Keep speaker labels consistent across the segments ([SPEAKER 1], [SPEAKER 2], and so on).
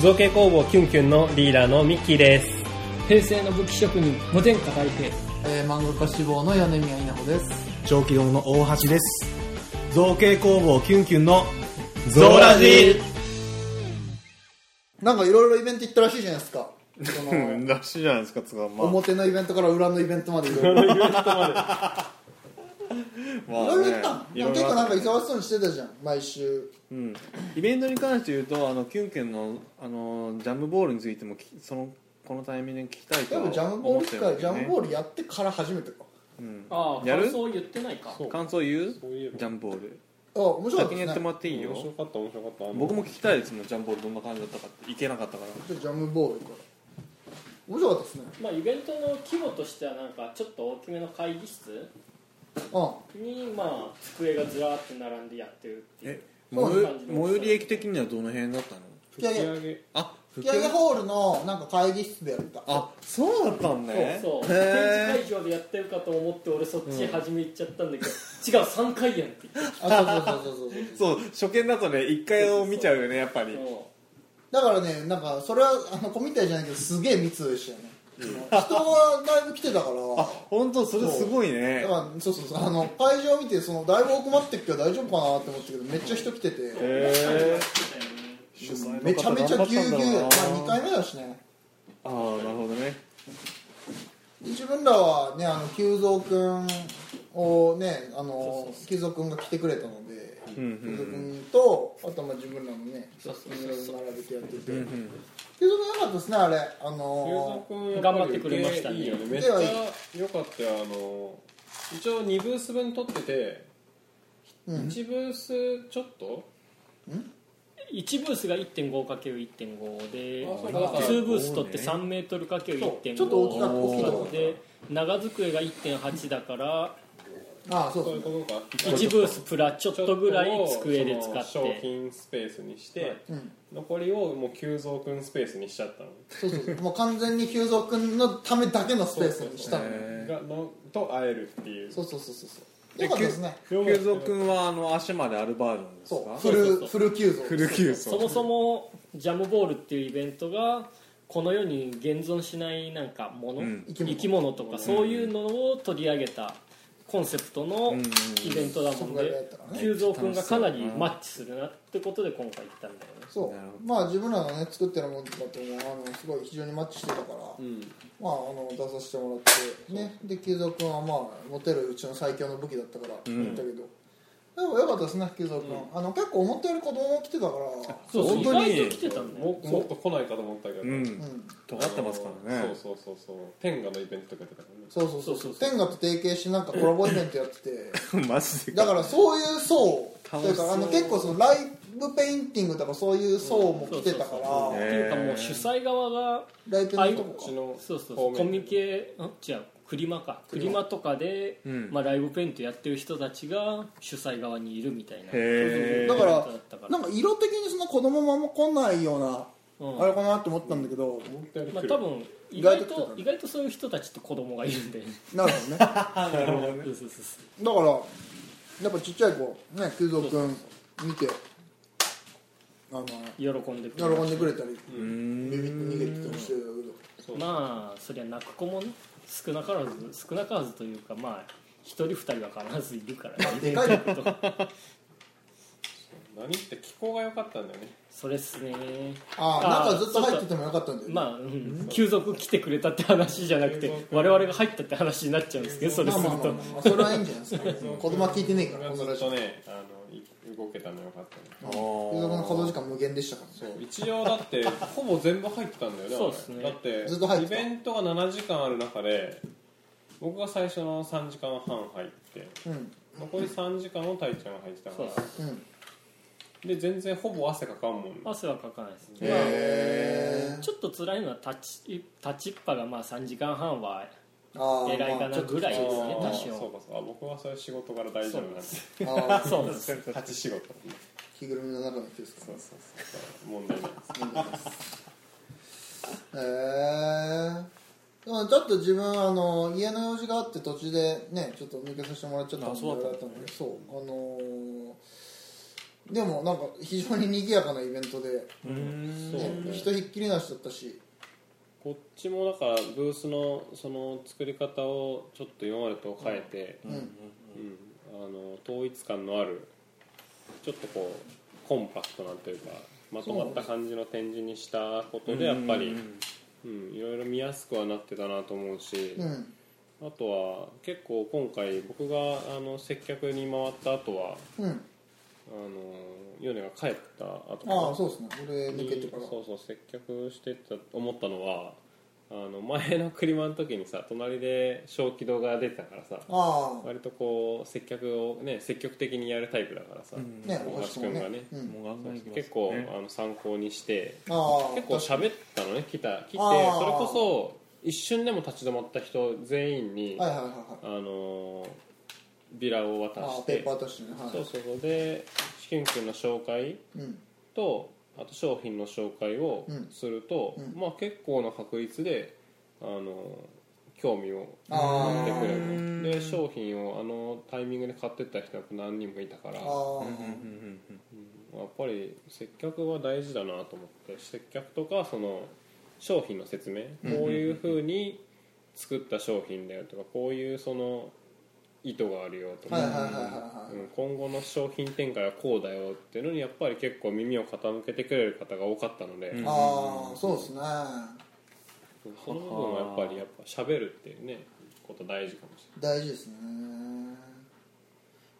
[SPEAKER 1] 造形工房キュンキュンのリーダーのミッキーです。
[SPEAKER 2] 平成の武器職人、無天下大抵。
[SPEAKER 3] えー、漫画家志望の柳宮稲穂です。
[SPEAKER 4] 長期堂の大橋です。造形工房キュンキュンのゾーラジ
[SPEAKER 3] なんかいろいろイベント行ったらしいじゃないですか。その
[SPEAKER 5] らしいじゃないですかつうかまあ
[SPEAKER 3] 表のイベントから裏のイベントまでいろいろ。いろい
[SPEAKER 5] まあ
[SPEAKER 3] ろ行
[SPEAKER 5] ね
[SPEAKER 3] った。
[SPEAKER 5] い
[SPEAKER 3] で
[SPEAKER 5] ろ
[SPEAKER 3] も
[SPEAKER 5] い
[SPEAKER 3] 結
[SPEAKER 5] ろ
[SPEAKER 3] 構
[SPEAKER 5] あ
[SPEAKER 3] な
[SPEAKER 5] っ
[SPEAKER 3] んか忙しそうにしてたじゃん、毎週。
[SPEAKER 5] うんイベントに関して言うとあのキュンキュンのあのジャムボールについてもきそのこのタイミングで聞きたいと
[SPEAKER 3] で
[SPEAKER 5] は
[SPEAKER 3] もジャムボー
[SPEAKER 5] 思っ
[SPEAKER 3] ル機
[SPEAKER 5] てるん
[SPEAKER 3] 会、
[SPEAKER 5] だ
[SPEAKER 3] ジ
[SPEAKER 5] よ
[SPEAKER 3] ャ
[SPEAKER 5] ね
[SPEAKER 3] ムボールやってから初めてか。
[SPEAKER 5] うん
[SPEAKER 2] ああ、
[SPEAKER 5] やる
[SPEAKER 2] 感想言ってないか。
[SPEAKER 1] そう
[SPEAKER 5] 感想言う
[SPEAKER 1] そういえば
[SPEAKER 5] ジャムボール
[SPEAKER 3] あ、面白かっ
[SPEAKER 5] 先
[SPEAKER 3] た
[SPEAKER 5] に
[SPEAKER 3] で
[SPEAKER 5] やっ
[SPEAKER 3] す
[SPEAKER 5] て
[SPEAKER 3] ね。
[SPEAKER 5] もらっていいよ
[SPEAKER 1] 面白かった面白かった。
[SPEAKER 5] 僕も聞きたいですもんジャムボールどんな感じだったかっていけなかったから
[SPEAKER 3] じゃあジャムボールから。面白かったですね。
[SPEAKER 2] まあ、イベントの規模としては、なんか、ちょっと大きめの会議室
[SPEAKER 3] う
[SPEAKER 2] に、まあ、机がずらーって並んでやってるっていう。
[SPEAKER 5] 最
[SPEAKER 3] そう
[SPEAKER 2] なんです
[SPEAKER 5] 寄最寄り駅的にはどの辺だったの
[SPEAKER 3] ん。吹き上げ、
[SPEAKER 1] 上げ。
[SPEAKER 5] あ
[SPEAKER 3] 吹き上げホールのなんか会議室でやった。
[SPEAKER 5] あそうだったんね
[SPEAKER 2] そうそう
[SPEAKER 5] へ
[SPEAKER 2] 展示会場でやってるかと思って俺そっち初め行っちゃったんだけど、違う3回やんって言って
[SPEAKER 3] あ、そうそうそうそうそう。
[SPEAKER 5] ーそう初見だとね1階を見ちゃうよねやっぱり
[SPEAKER 2] そう
[SPEAKER 3] だからねなんかそれはあの小みたいじゃないけどすげえ密でしたよね、人がだいぶ来てたから
[SPEAKER 5] あ本当それすごい
[SPEAKER 3] だ
[SPEAKER 5] ね
[SPEAKER 3] からそうそうそうあの会場見てそのだいぶ奥まってっけど大丈夫かなって思ったけどめっちゃ人来てて、
[SPEAKER 5] へ
[SPEAKER 3] めちゃめちゃぎゅうぎゅうや
[SPEAKER 5] あ
[SPEAKER 3] まあ2回目だしね
[SPEAKER 5] あーなるほどね
[SPEAKER 3] で自分らはねあの久蔵くんをねあの久蔵くんが来てくれたので
[SPEAKER 5] うんう
[SPEAKER 3] 久
[SPEAKER 5] ん
[SPEAKER 3] 蔵くんとあとまあ自分らのね
[SPEAKER 2] そうそう
[SPEAKER 3] いろいろ並べてやってて
[SPEAKER 5] うんう
[SPEAKER 3] 久蔵
[SPEAKER 5] ん
[SPEAKER 3] くんよかったですねあれあの
[SPEAKER 2] 頑張ってくれましたね
[SPEAKER 1] いいよね。めっちゃ良かったよ。あの、一応2ブース分取ってて、
[SPEAKER 3] うん
[SPEAKER 1] 1ブースちょっと
[SPEAKER 2] 1ブースが 1.5×1.5 で
[SPEAKER 1] あそう
[SPEAKER 2] 2
[SPEAKER 1] か
[SPEAKER 2] ブース取って 3m×1.5
[SPEAKER 3] ちょっと大きかった大きいとこ
[SPEAKER 2] で長机が1.8だから
[SPEAKER 3] ああそう
[SPEAKER 1] そう
[SPEAKER 3] で
[SPEAKER 1] いう
[SPEAKER 3] す
[SPEAKER 1] こ
[SPEAKER 3] ね
[SPEAKER 1] とか。
[SPEAKER 2] 1ブースプラちょっとぐらい机で使
[SPEAKER 1] その商
[SPEAKER 2] って
[SPEAKER 1] 品スペースにして、
[SPEAKER 3] うん
[SPEAKER 1] 残りをもう急増くんスペースにしちゃったの
[SPEAKER 3] そうそうそうもう完全に久蔵君のためだけのスペースにしたの
[SPEAKER 5] へー
[SPEAKER 1] がのと会えるっていう
[SPEAKER 3] そうそうそうそうそうよかったですね
[SPEAKER 5] 久蔵君はあの足まであるバージョンです
[SPEAKER 3] そ
[SPEAKER 5] か
[SPEAKER 3] うフ
[SPEAKER 2] そうそ
[SPEAKER 3] ル
[SPEAKER 2] う
[SPEAKER 3] フル久蔵
[SPEAKER 5] フル急走
[SPEAKER 2] そもそもジャムボールっていうイベントがこの世に現存しないなんかもの、
[SPEAKER 5] うん
[SPEAKER 2] 生き物生き物とかそういうのを取り上げたコンセプトの
[SPEAKER 5] うん
[SPEAKER 2] イベントだもん
[SPEAKER 3] 即売会やっ
[SPEAKER 2] で
[SPEAKER 3] たからね
[SPEAKER 2] 久蔵君がかなりマッチするなってことで今回行ったんだよね
[SPEAKER 3] そ
[SPEAKER 5] なるほ
[SPEAKER 3] うまあ自分らがね作ってるものとかっていうのはあのすごい非常にマッチしてたから、
[SPEAKER 1] うん
[SPEAKER 3] まああの出させてもらってねで久蔵君はまあモテるうちの最強の武器だったから
[SPEAKER 5] ん
[SPEAKER 3] 言ったけど、でもよかったですね久蔵君、あの結構思ったより子供も来てたから
[SPEAKER 2] そうそう
[SPEAKER 5] 本
[SPEAKER 2] 意
[SPEAKER 5] 当に
[SPEAKER 2] 外と来てたんだよ
[SPEAKER 1] ももっと来ないかと思ったけど、
[SPEAKER 5] うん
[SPEAKER 3] うん
[SPEAKER 5] 尖ってますからね
[SPEAKER 1] そうそうそうそう天下のイベントとかやってたからね
[SPEAKER 3] そうそうそう
[SPEAKER 2] そうそうそう
[SPEAKER 3] 天下と提携してなんかコラボイベントやってて
[SPEAKER 5] マジで
[SPEAKER 3] だからそういう層と
[SPEAKER 5] 楽
[SPEAKER 3] い
[SPEAKER 5] し
[SPEAKER 3] う
[SPEAKER 5] そう
[SPEAKER 3] かあの結構そのライブペインティングとかそういう層も来てたか
[SPEAKER 2] そうそうそうって
[SPEAKER 3] ら
[SPEAKER 5] ね
[SPEAKER 2] いうかもう主催側が
[SPEAKER 3] ライブペインティング
[SPEAKER 1] ことっ
[SPEAKER 3] か
[SPEAKER 1] ちの
[SPEAKER 2] そうそうそうコミケん違うクリマかクリマとかで、
[SPEAKER 5] うん
[SPEAKER 2] まあ、ライブペイントやってる人たちが主催側にいるみたいな
[SPEAKER 5] へー
[SPEAKER 3] だか
[SPEAKER 2] イベントだったから
[SPEAKER 3] なんか色的にその子供もあんま来ないような
[SPEAKER 2] うん
[SPEAKER 3] あれかなって思ったんだけど
[SPEAKER 1] 思ったより来
[SPEAKER 2] まあ、
[SPEAKER 1] る、
[SPEAKER 2] 多分意
[SPEAKER 3] 意
[SPEAKER 2] 外
[SPEAKER 3] 外
[SPEAKER 2] と
[SPEAKER 3] と
[SPEAKER 2] 意外と,、そういう人たちって子供がいるんで、
[SPEAKER 3] なるほどねだか
[SPEAKER 2] そうそうそうそう
[SPEAKER 3] らやっぱちっちゃい子ね久蔵君見てあの
[SPEAKER 2] 喜んでくれる
[SPEAKER 3] 喜んでくれたり
[SPEAKER 5] う
[SPEAKER 3] ビ
[SPEAKER 5] ん
[SPEAKER 3] ビって逃げてきてほしいんだけど
[SPEAKER 2] まあそりゃ泣く子もね少なからず少なからずというかまあ一人二人は必ずいるからね
[SPEAKER 3] でか いよ
[SPEAKER 2] イベント
[SPEAKER 1] 何って気候が良かったんだよね
[SPEAKER 2] それっすね
[SPEAKER 3] ああなんかずっと入って
[SPEAKER 2] そ
[SPEAKER 3] てもよかったんだよね
[SPEAKER 2] まあ、うん、急速来てくれたって話じゃなくて
[SPEAKER 1] 急速
[SPEAKER 2] 我々が入ったって話になっちゃうんですけどそれ
[SPEAKER 3] ますあ
[SPEAKER 2] る
[SPEAKER 3] まあまあ
[SPEAKER 2] と
[SPEAKER 3] まあそれはいいんじゃないですか子供は聞いてねえからこ
[SPEAKER 1] ず
[SPEAKER 3] のラ
[SPEAKER 1] っ
[SPEAKER 3] ジオ
[SPEAKER 1] とねあのい動けたの良かったね
[SPEAKER 5] あー
[SPEAKER 3] 久蔵君の稼働時間無限でしたから
[SPEAKER 1] そ
[SPEAKER 3] ね
[SPEAKER 1] う一応だってほぼ全部入ってたんだよね
[SPEAKER 2] そうっすね
[SPEAKER 1] あれ
[SPEAKER 3] ずっと
[SPEAKER 1] だっ
[SPEAKER 3] 入
[SPEAKER 1] てイ
[SPEAKER 3] ってた
[SPEAKER 1] ベントが7時間ある中で僕が最初の3時間半入って
[SPEAKER 3] うん
[SPEAKER 1] 残り3時間をたいちゃんが入ってたか
[SPEAKER 2] そう
[SPEAKER 1] ら
[SPEAKER 2] っ
[SPEAKER 3] うん
[SPEAKER 1] で全然ほぼ汗かかんもんね
[SPEAKER 2] 汗はかかないですね
[SPEAKER 3] へ
[SPEAKER 2] ちょっと辛いのは立ち立ちっぱがまあ3時間半は
[SPEAKER 3] あー
[SPEAKER 2] 偉いか
[SPEAKER 3] まあち
[SPEAKER 2] な
[SPEAKER 3] ょっと
[SPEAKER 2] ぐらいですね
[SPEAKER 1] あー
[SPEAKER 2] 多少
[SPEAKER 1] そうかそうかあ僕はそれ仕事から大丈夫なんで
[SPEAKER 3] あー
[SPEAKER 2] そうです
[SPEAKER 1] 立ち仕事
[SPEAKER 3] 着ぐるみの中の人ですか
[SPEAKER 1] そうそうそう問題ないです
[SPEAKER 3] へえでもちょっと自分あの家の用事があって途中でねちょっと抜けさせてもらっちゃったんで
[SPEAKER 5] あそうだった
[SPEAKER 3] あれだったんだけどそうあのーでもなんか非常に賑やかなイベントで、
[SPEAKER 1] そう
[SPEAKER 3] ね
[SPEAKER 1] ね
[SPEAKER 3] 人ひっきりなしだったし
[SPEAKER 1] こっちもだからブースのその作り方をちょっと今までと変えて、
[SPEAKER 3] うん
[SPEAKER 1] うんあの統一感のあるちょっとこうコンパクトなんていうかまとまった感じの展示にしたことでやっぱり、うん、いろいろ見やすくはなってたなと思うし、
[SPEAKER 3] うん
[SPEAKER 1] あとは結構今回僕があの接客に回った後は
[SPEAKER 3] うん
[SPEAKER 1] あのヨネが帰った後かな
[SPEAKER 3] ああそうですね俺抜けてから
[SPEAKER 1] そうそう接客してた思ったのはあの前の車の時にさ隣で小気道が出てたからさ
[SPEAKER 3] あ
[SPEAKER 1] 割とこう接客をね積極的にやるタイプだからさ、
[SPEAKER 3] あ
[SPEAKER 1] 大
[SPEAKER 3] ね大
[SPEAKER 1] 橋
[SPEAKER 3] 橋
[SPEAKER 1] 君
[SPEAKER 3] 君
[SPEAKER 1] が
[SPEAKER 3] が
[SPEAKER 1] ね
[SPEAKER 3] ね、うん、
[SPEAKER 5] もうガンガンいきますね
[SPEAKER 1] 結構、あの参考にして
[SPEAKER 3] ああ
[SPEAKER 1] 結構喋ったのね来た来てそれ
[SPEAKER 3] あー
[SPEAKER 1] こそ一瞬でも立ち止まった人全員に、
[SPEAKER 3] はいはいはいはい
[SPEAKER 1] あのビラを渡
[SPEAKER 3] ああ
[SPEAKER 1] し
[SPEAKER 3] ペー
[SPEAKER 1] て
[SPEAKER 3] パー渡してねはい
[SPEAKER 1] そうそうそうで試験君の紹介
[SPEAKER 3] うん
[SPEAKER 1] とあと商品の紹介を
[SPEAKER 3] うん
[SPEAKER 1] すると、
[SPEAKER 3] うん
[SPEAKER 1] まあ結構な確率であの興味を持
[SPEAKER 3] あ
[SPEAKER 1] っ
[SPEAKER 3] あ
[SPEAKER 1] てくれるで商品をあのタイミングで買ってった人が何人もいたから
[SPEAKER 3] あ
[SPEAKER 1] や
[SPEAKER 3] あ
[SPEAKER 1] っぱり接客は大事だなと思って接客とかその商品の説明こういうふうに作った商品だよとかこういうその意図があるよとか、
[SPEAKER 3] はいはいはいは
[SPEAKER 1] うん今後の商品展開はこうだよっていうのにやっぱり結構耳を傾けてくれる方が多かったので、
[SPEAKER 3] いはいああそうですね
[SPEAKER 1] その部分はやっぱりやっぱ喋るっていうねこと大事かもし
[SPEAKER 3] 大事ですね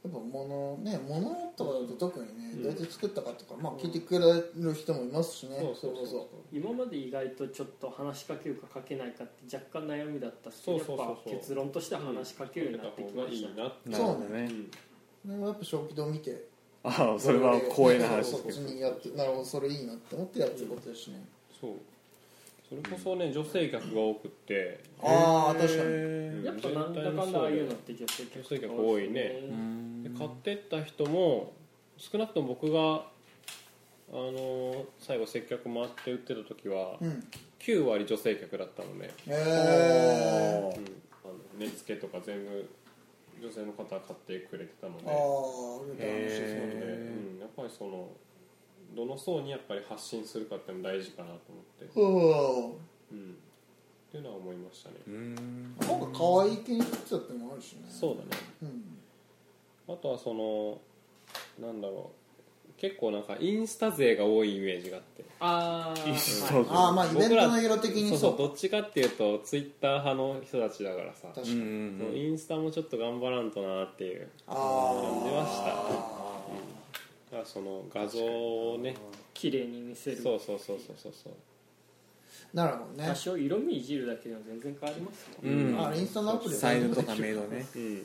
[SPEAKER 3] やっぱ物ね物とかだと特にね、どうやって作ったかとか、まあ、聞いてくれる人もいますしね、
[SPEAKER 1] れない、そうそう
[SPEAKER 3] れ
[SPEAKER 1] そう
[SPEAKER 3] こ
[SPEAKER 2] 今まで意外とちょっと話しかけるかかけないかって若干悩みだったし
[SPEAKER 1] そうそうそうそう
[SPEAKER 2] やっぱ結論としては話しかけるようになってきましたね、
[SPEAKER 1] な
[SPEAKER 3] そうね
[SPEAKER 5] ね
[SPEAKER 3] でもやっぱ小気道見て
[SPEAKER 5] ああそれは光栄な話
[SPEAKER 3] そ
[SPEAKER 5] で
[SPEAKER 3] う
[SPEAKER 5] す
[SPEAKER 3] そっ
[SPEAKER 5] けど
[SPEAKER 3] ちにやってなるほどそれいいなって思ってやってることですしね、
[SPEAKER 1] そうそれこそね女性客が多くって
[SPEAKER 3] ああ確かに
[SPEAKER 1] うん
[SPEAKER 2] やっぱなんだかんだああいうのって女性
[SPEAKER 1] 女性客多いねで買ってった人も少なくとも僕があのー最後接客回って売ってた時は
[SPEAKER 3] うん
[SPEAKER 1] 9割女性客だったので、ねうん、あ
[SPEAKER 3] え
[SPEAKER 1] の値付けとか全部女性の方が買ってくれてたので
[SPEAKER 3] ー、ああみたいな話です
[SPEAKER 1] そうね
[SPEAKER 3] ね
[SPEAKER 1] うん、やっぱりそのどの層にやっぱり発信するかっていうの大事かなと思って、
[SPEAKER 3] うん
[SPEAKER 1] うん、っていうのは思いましたね、
[SPEAKER 3] なんか可愛い系に作ってたってのもあるしね
[SPEAKER 1] そうだね
[SPEAKER 3] うん
[SPEAKER 1] あとはそのなんだろう結構なんかインスタ勢が多いイメージがあって
[SPEAKER 2] ああ、
[SPEAKER 5] そう
[SPEAKER 3] ああまあイベントの色的
[SPEAKER 1] そ
[SPEAKER 3] に
[SPEAKER 1] う
[SPEAKER 3] そ
[SPEAKER 1] そう
[SPEAKER 3] う
[SPEAKER 1] どっちかっていうとツイッター派の人たちだからさ
[SPEAKER 3] 確か
[SPEAKER 5] う
[SPEAKER 3] に
[SPEAKER 5] ん
[SPEAKER 1] そのインスタもちょっと頑張らんとなっていう
[SPEAKER 3] あ
[SPEAKER 1] 感じました
[SPEAKER 3] あ
[SPEAKER 1] だからその画像をね
[SPEAKER 2] 綺麗に見せる
[SPEAKER 1] そうそうそうそうそうそう
[SPEAKER 3] なるほどね
[SPEAKER 2] 多少色味いじるだけでも全然変わりますもん、
[SPEAKER 5] うん
[SPEAKER 3] あインスタのアプリ
[SPEAKER 5] サイズとかメイドね
[SPEAKER 1] うん、っ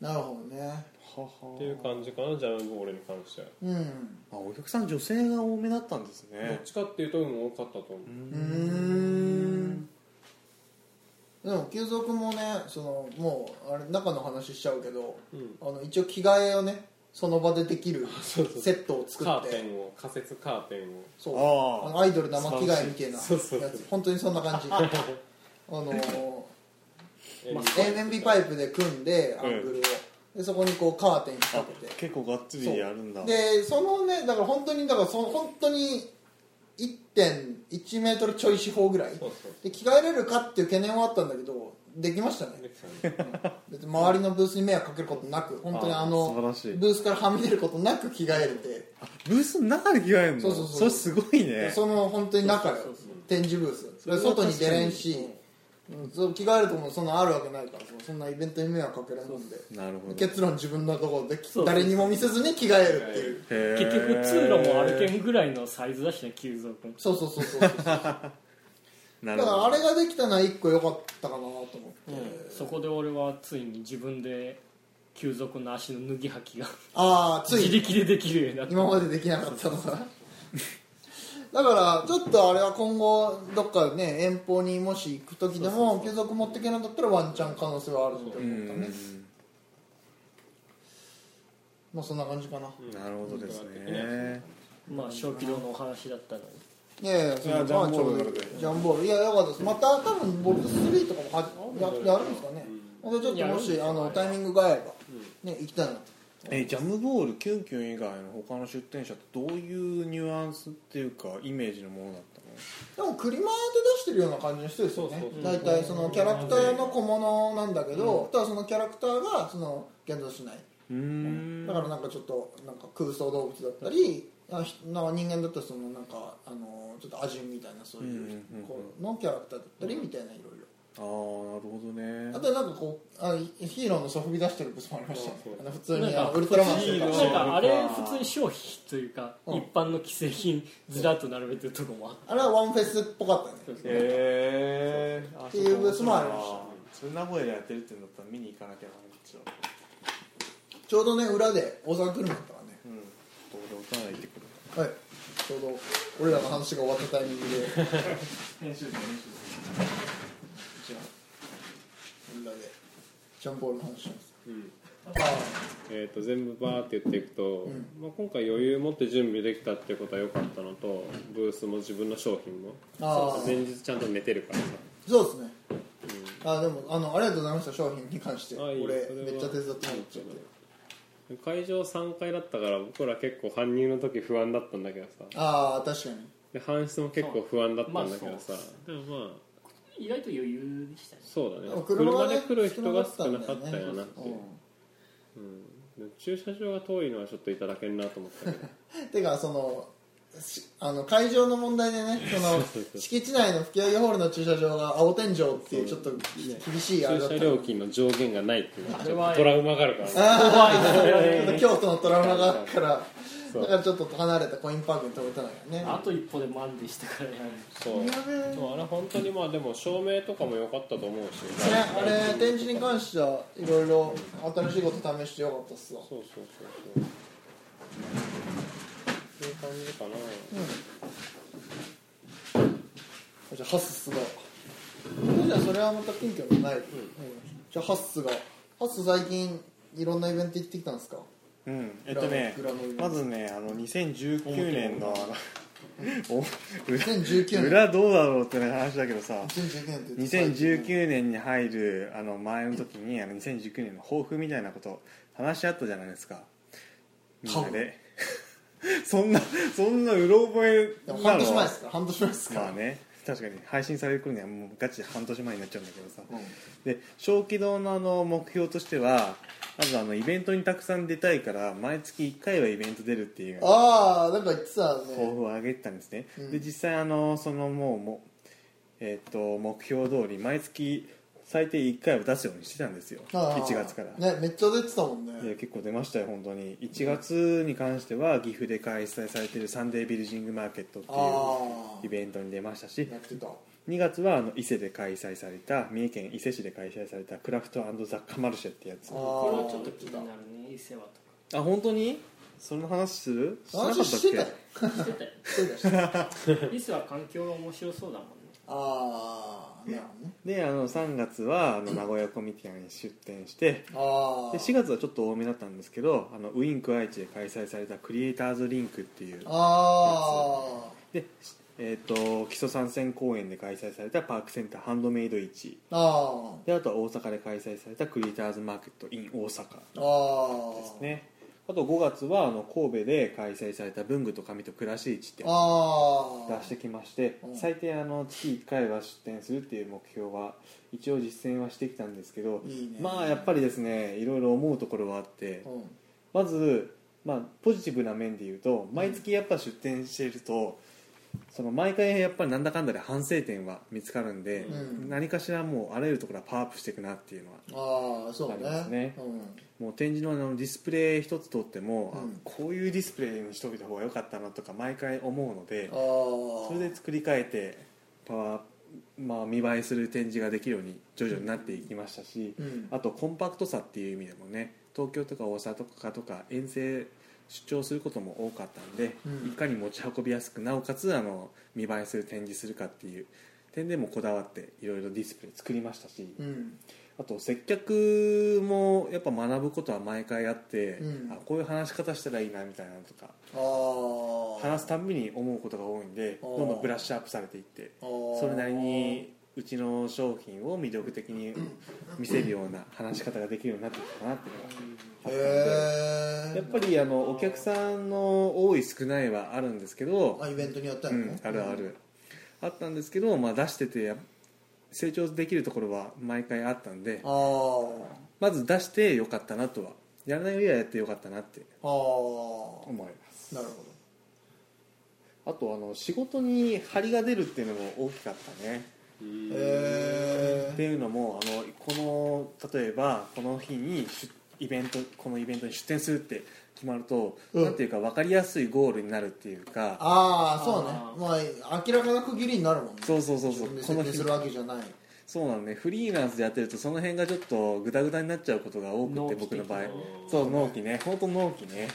[SPEAKER 3] なるほどね
[SPEAKER 1] ていう感じかなジャムボールに関しては
[SPEAKER 3] うん
[SPEAKER 5] あお客さん女性が多めだったんです
[SPEAKER 1] どっ
[SPEAKER 5] ね
[SPEAKER 1] ちかっていうとうん多かったと思う
[SPEAKER 3] うーんでも久蔵君もねそのもうあれ中の話しちゃうけど、
[SPEAKER 1] うん
[SPEAKER 3] あの一応着替えをねその場でできるセットを作
[SPEAKER 1] カー
[SPEAKER 3] っ
[SPEAKER 1] テ
[SPEAKER 3] て
[SPEAKER 1] ンを仮設カーテンを
[SPEAKER 3] そう
[SPEAKER 5] あー
[SPEAKER 3] あのアイドル生着替えみたいなや
[SPEAKER 1] そうそう
[SPEAKER 3] つ本当にそんな感じあのー
[SPEAKER 1] え
[SPEAKER 2] まあ
[SPEAKER 3] AMB パイプで組んでアングルを、でそこにこうカーテン引っ掛けて
[SPEAKER 5] 結構がっつりやるんだ
[SPEAKER 3] でそのねだから本当にだからその本当に1.1メートルちょい四方ぐらい
[SPEAKER 1] そうそう
[SPEAKER 3] で着替えれるかっていう懸念はあったんだけどできましたね
[SPEAKER 1] レクさんね
[SPEAKER 3] 別に周りのブースに迷惑かけることなく本当にあ
[SPEAKER 5] あー素晴
[SPEAKER 3] の
[SPEAKER 5] らしい
[SPEAKER 3] ブースからはみ出ることなく着替えれて
[SPEAKER 5] ブースの中で着替えるの
[SPEAKER 3] そうそうそう
[SPEAKER 5] れすごいね
[SPEAKER 3] でその本当に中よ
[SPEAKER 2] そうそうそう
[SPEAKER 3] 展示ブース
[SPEAKER 5] それは
[SPEAKER 3] 外に出れんし、うん、そう着替えるともそんなあるわけないからそうそんなイベントに迷惑かけられるんで
[SPEAKER 5] なるほど
[SPEAKER 3] 結論自分のところで
[SPEAKER 2] そう
[SPEAKER 3] 誰にも見せずに着替えるっていう
[SPEAKER 5] 結
[SPEAKER 2] 結局通路も歩けんぐらいのサイズだしね急増君
[SPEAKER 3] そうそうそうそうそう
[SPEAKER 5] な
[SPEAKER 3] だ
[SPEAKER 5] る
[SPEAKER 3] か
[SPEAKER 5] ほ
[SPEAKER 3] ら
[SPEAKER 5] ど
[SPEAKER 3] あれができたのは一個良かったかなと思って、
[SPEAKER 2] そこで俺はついに自分で急増君の足の脱ぎ履きが
[SPEAKER 3] ああつ
[SPEAKER 2] 自
[SPEAKER 3] い
[SPEAKER 2] 力でできるようになった
[SPEAKER 3] 今までできな かったのがだからちょっとあれは今後どっかね遠方にもし行く時でも継続持っていけなかったらワンチャン可能性はあると思った
[SPEAKER 5] うん
[SPEAKER 3] ねまあそんな感じかな、
[SPEAKER 5] なるほどです
[SPEAKER 1] うん
[SPEAKER 5] ね
[SPEAKER 2] まあ小規模のお話だったのに
[SPEAKER 3] いやいやその
[SPEAKER 5] ジャンボール
[SPEAKER 3] まあちょうどいいジャンボールいやよかったですまた多分ボルト3とかもはややるんですかねまたちょっともしあのタイミングが合えばね行きたいなと
[SPEAKER 5] えジャムボールキュンキュン以外の他の出店者ってどういうニュアンスっていうかイメージのものだったの
[SPEAKER 3] でもクリマーで出してるような感じの人ですよね
[SPEAKER 1] そうそうそう
[SPEAKER 3] 大体そのキャラクターの小物なんだけど、ただそのキャラクターがその現像しない
[SPEAKER 5] うん
[SPEAKER 3] だからなんかちょっとなんか空想動物だったり、あひなんか人間だったらそのなんかあのちょっとアジュンみたいなそういう
[SPEAKER 5] うんうんうん
[SPEAKER 3] こうのキャラクターだったりみたいないろいろ
[SPEAKER 5] ああなるほどね
[SPEAKER 3] あとなんかこうあヒーローのソフビ出してるブスもありましたね
[SPEAKER 1] そうそう
[SPEAKER 3] あの普
[SPEAKER 2] な
[SPEAKER 3] 通
[SPEAKER 2] ん
[SPEAKER 3] にあ
[SPEAKER 2] か
[SPEAKER 3] のウルトラマンしてるから
[SPEAKER 5] ヒー
[SPEAKER 2] なん
[SPEAKER 5] ロー
[SPEAKER 2] かあれ普通に消費というか、
[SPEAKER 3] うん
[SPEAKER 2] 一般の既製品ずらっと並べてるとこもあっ
[SPEAKER 3] あれはワンフェスっぽかったね
[SPEAKER 5] へえ
[SPEAKER 3] っていうブースもありました
[SPEAKER 5] それ名古屋でやってるってんだったら見に行かなきゃな一応
[SPEAKER 3] ちょうどね裏で大阪来るんだったか
[SPEAKER 5] うんどうでお互い行ってくる
[SPEAKER 3] らねはいちょうど俺らの話が終わったタイミングで
[SPEAKER 5] 編集編集
[SPEAKER 3] じゃあ裏でジャンポールの話します
[SPEAKER 1] うん
[SPEAKER 3] あ
[SPEAKER 1] えー、と全部バーって言っていくと、
[SPEAKER 3] ん
[SPEAKER 1] まあ、今回余裕持って準備できたっていうことは良かったのとブースも自分の商品も
[SPEAKER 3] ーあー
[SPEAKER 1] 前日ちゃんと寝てるからさ、
[SPEAKER 3] そうですねあでもあのありがとうございました商品に関して
[SPEAKER 1] あいい
[SPEAKER 3] 俺
[SPEAKER 1] それは
[SPEAKER 3] めっちゃ手伝ってもらっちゃって
[SPEAKER 1] うん会場3階だったから僕ら結構搬入の時不安だったんだけどさ
[SPEAKER 3] ああ確かに
[SPEAKER 1] で搬出も結構不安だったんだけどさ、
[SPEAKER 2] まあ
[SPEAKER 1] でもまあ
[SPEAKER 2] て意外と余裕でしたね
[SPEAKER 1] そうだね
[SPEAKER 3] でも
[SPEAKER 1] 車
[SPEAKER 3] が
[SPEAKER 1] で
[SPEAKER 3] ね
[SPEAKER 1] 来る人が少なかったよな
[SPEAKER 3] ね
[SPEAKER 1] っていう、うんで駐車場が遠いのはちょっといただけんなと思ったけど
[SPEAKER 3] うんてかそのしあの会場の問題 でねその
[SPEAKER 1] そうそう
[SPEAKER 3] 敷地内の吹上ホールの駐車場が青天井っていうちょ
[SPEAKER 1] そう
[SPEAKER 3] っと厳しいあれだっ
[SPEAKER 1] 駐
[SPEAKER 3] た
[SPEAKER 1] 車料金の上限がないっていうのはちょっ
[SPEAKER 2] あ
[SPEAKER 1] と
[SPEAKER 2] れ
[SPEAKER 1] トラ
[SPEAKER 2] は
[SPEAKER 1] ウマがあるからね
[SPEAKER 3] あーちょっと京都のトラウマがあるから
[SPEAKER 1] そう
[SPEAKER 3] だからちょっと離れたコインパークに飛べたのよね
[SPEAKER 2] あと一歩で満でしたからね
[SPEAKER 1] そうそうあれ本当にまあでも照明とかも良かったと思うし
[SPEAKER 3] ねあれ展示に関してはいろいろ新しいこと試してよかったっすわ
[SPEAKER 1] そうそうそうそうっていう感じかな、
[SPEAKER 3] じゃあハッスがじゃあそれはまた近況のない、うんじゃあハッスがハッス最近いろんなイベント行ってきたん ですか
[SPEAKER 5] うんえっとね
[SPEAKER 3] 裏の裏の裏
[SPEAKER 5] まずねあの2019年のあのお裏
[SPEAKER 3] 2019年
[SPEAKER 5] 裏どうだろうってね話だけどさ
[SPEAKER 3] 2019年って
[SPEAKER 5] 2019年に入るあの前の時にあの2019年の抱負みたいなこと話し合ったじゃないですかみんなで そんなそんなうろ覚え
[SPEAKER 3] で
[SPEAKER 5] な
[SPEAKER 3] も
[SPEAKER 5] の
[SPEAKER 3] 半年前ですか半年前ですか、
[SPEAKER 5] まあね確かに配信されてくるにはもうガチで半年前になっちゃうんだけどさ
[SPEAKER 3] うん
[SPEAKER 5] で小気道のあの目標としてはまずあのイベントにたくさん出たいから毎月1回はイベント出るっていう
[SPEAKER 3] ああなんか言ってた
[SPEAKER 5] 抱
[SPEAKER 3] ね
[SPEAKER 5] 負を上げてたんですね、
[SPEAKER 3] うん
[SPEAKER 5] で実際あのそのもうも、えっと目標通り毎月最低1回は出すようにしてたんですよ
[SPEAKER 3] あー
[SPEAKER 5] 1月から、
[SPEAKER 3] ねめっちゃ出てたもん
[SPEAKER 5] で
[SPEAKER 3] ね
[SPEAKER 5] 結構出ましたよ本当に1月に関しては岐阜で開催されてるサンデービルジングマーケットっていう
[SPEAKER 3] ああ
[SPEAKER 5] イベントに出ましたし
[SPEAKER 3] やってた
[SPEAKER 5] 2月はあの伊勢で開催された三重県伊勢市で開催されたクラフトザ・カマルシェってやつ
[SPEAKER 3] あ
[SPEAKER 5] あ
[SPEAKER 2] これはちょっと
[SPEAKER 3] ー
[SPEAKER 2] 気になるね伊勢はと
[SPEAKER 5] 本当にその話するしなかったっ
[SPEAKER 3] 話してたよ
[SPEAKER 5] け
[SPEAKER 2] かしてたよ
[SPEAKER 3] してたしてた
[SPEAKER 2] 伊勢は環境が面白そうだもんね
[SPEAKER 3] ああなるほどね
[SPEAKER 5] であの3月はあの名古屋コミティアに出展して
[SPEAKER 3] ああ
[SPEAKER 5] で4月はちょっと多めだったんですけどあのウィンク愛知で開催されたクリエイターズリンクっていう
[SPEAKER 3] あ
[SPEAKER 5] で、えー、と基礎参戦公演で開催されたパークセンターハンドメイド市
[SPEAKER 3] ああ
[SPEAKER 5] であとは大阪で開催されたクリエイターズマーケット in 大阪
[SPEAKER 3] ああ
[SPEAKER 5] ですねあと5月はあの神戸で開催された文具と紙と暮らし市ってや
[SPEAKER 3] あ
[SPEAKER 5] つ
[SPEAKER 3] あ
[SPEAKER 5] 出してきまして
[SPEAKER 3] うん
[SPEAKER 5] 最低あの月1回は出店するっていう目標は一応実践はしてきたんですけど
[SPEAKER 3] いいね
[SPEAKER 5] まあやっぱりですねいろいろ思うところはあって
[SPEAKER 3] うん
[SPEAKER 5] まず、まあ、ポジティブな面で言うと毎月やっぱ出店していると、その毎回やっぱりなんだかんだで反省点は見つかるんで、
[SPEAKER 3] うん
[SPEAKER 5] 何かしらもうあらゆるところがパワーアップしていくなっていうのは
[SPEAKER 3] ああそうね
[SPEAKER 5] ありますね
[SPEAKER 3] うん、
[SPEAKER 5] もう展示のあのディスプレイ一つとっても、あ
[SPEAKER 3] うん
[SPEAKER 5] こういうディスプレイにしといた方が良かったなとか毎回思うので
[SPEAKER 3] ああ
[SPEAKER 5] それで作り変えてパワー、まあ、見栄えする展示ができるように徐々になっていきましたし、
[SPEAKER 3] うん
[SPEAKER 5] あとコンパクトさっていう意味でもね東京とか大阪とかとか遠征出張することも多かったんで、
[SPEAKER 3] うん
[SPEAKER 5] いかに持ち運びやすくなおかつあの見栄えする展示するかっていう点でもこだわっていろいろディスプレイ作りましたし、
[SPEAKER 3] うん
[SPEAKER 5] あと接客もやっぱ学ぶことは毎回あって、
[SPEAKER 3] うん
[SPEAKER 5] あこういう話し方したらいいなみたいなのとか
[SPEAKER 3] ああ
[SPEAKER 5] 話すたんびに思うことが多いんで
[SPEAKER 3] あ
[SPEAKER 5] どんどんブラッシュアップされていって
[SPEAKER 3] そ
[SPEAKER 5] それなりにうちの商品を魅力的に見せるような話し方ができるようになってきたなっていうのがあったんで
[SPEAKER 3] へえ
[SPEAKER 5] やっぱりあのお客さんの多い少ないはあるんですけど、
[SPEAKER 3] あイベントによっては
[SPEAKER 5] う
[SPEAKER 3] ね、
[SPEAKER 5] ん、あるあるあったんですけど、まあ、出しててや成長できるところは毎回あったんで
[SPEAKER 3] あー
[SPEAKER 5] まず出してよかったなとはやらないよりはやってよかったなって
[SPEAKER 3] あー
[SPEAKER 5] 思います
[SPEAKER 3] なるほ
[SPEAKER 5] あとあの仕事に張りが出るっていうのも大きかったね
[SPEAKER 3] どへ
[SPEAKER 5] って
[SPEAKER 3] え
[SPEAKER 5] いうのもあのこの例えばこの日に出イベントこのイベントに出店するって決まると、
[SPEAKER 3] うん
[SPEAKER 5] なんていうか分かりやすいゴールになるっていうか
[SPEAKER 3] ああそう
[SPEAKER 2] あ
[SPEAKER 3] ねまあ明らかな区切りになるもんね
[SPEAKER 5] そうそうそうそう
[SPEAKER 3] 自
[SPEAKER 5] こ
[SPEAKER 3] 分
[SPEAKER 5] の
[SPEAKER 3] で設定
[SPEAKER 5] 日
[SPEAKER 3] するわけじゃない
[SPEAKER 5] そうなのねフリーランスでやってるとその辺がちょっとグダグダになっちゃうことが多くて
[SPEAKER 2] 納期
[SPEAKER 5] 僕の場合
[SPEAKER 2] 的な
[SPEAKER 5] そう納期ね本当納期ね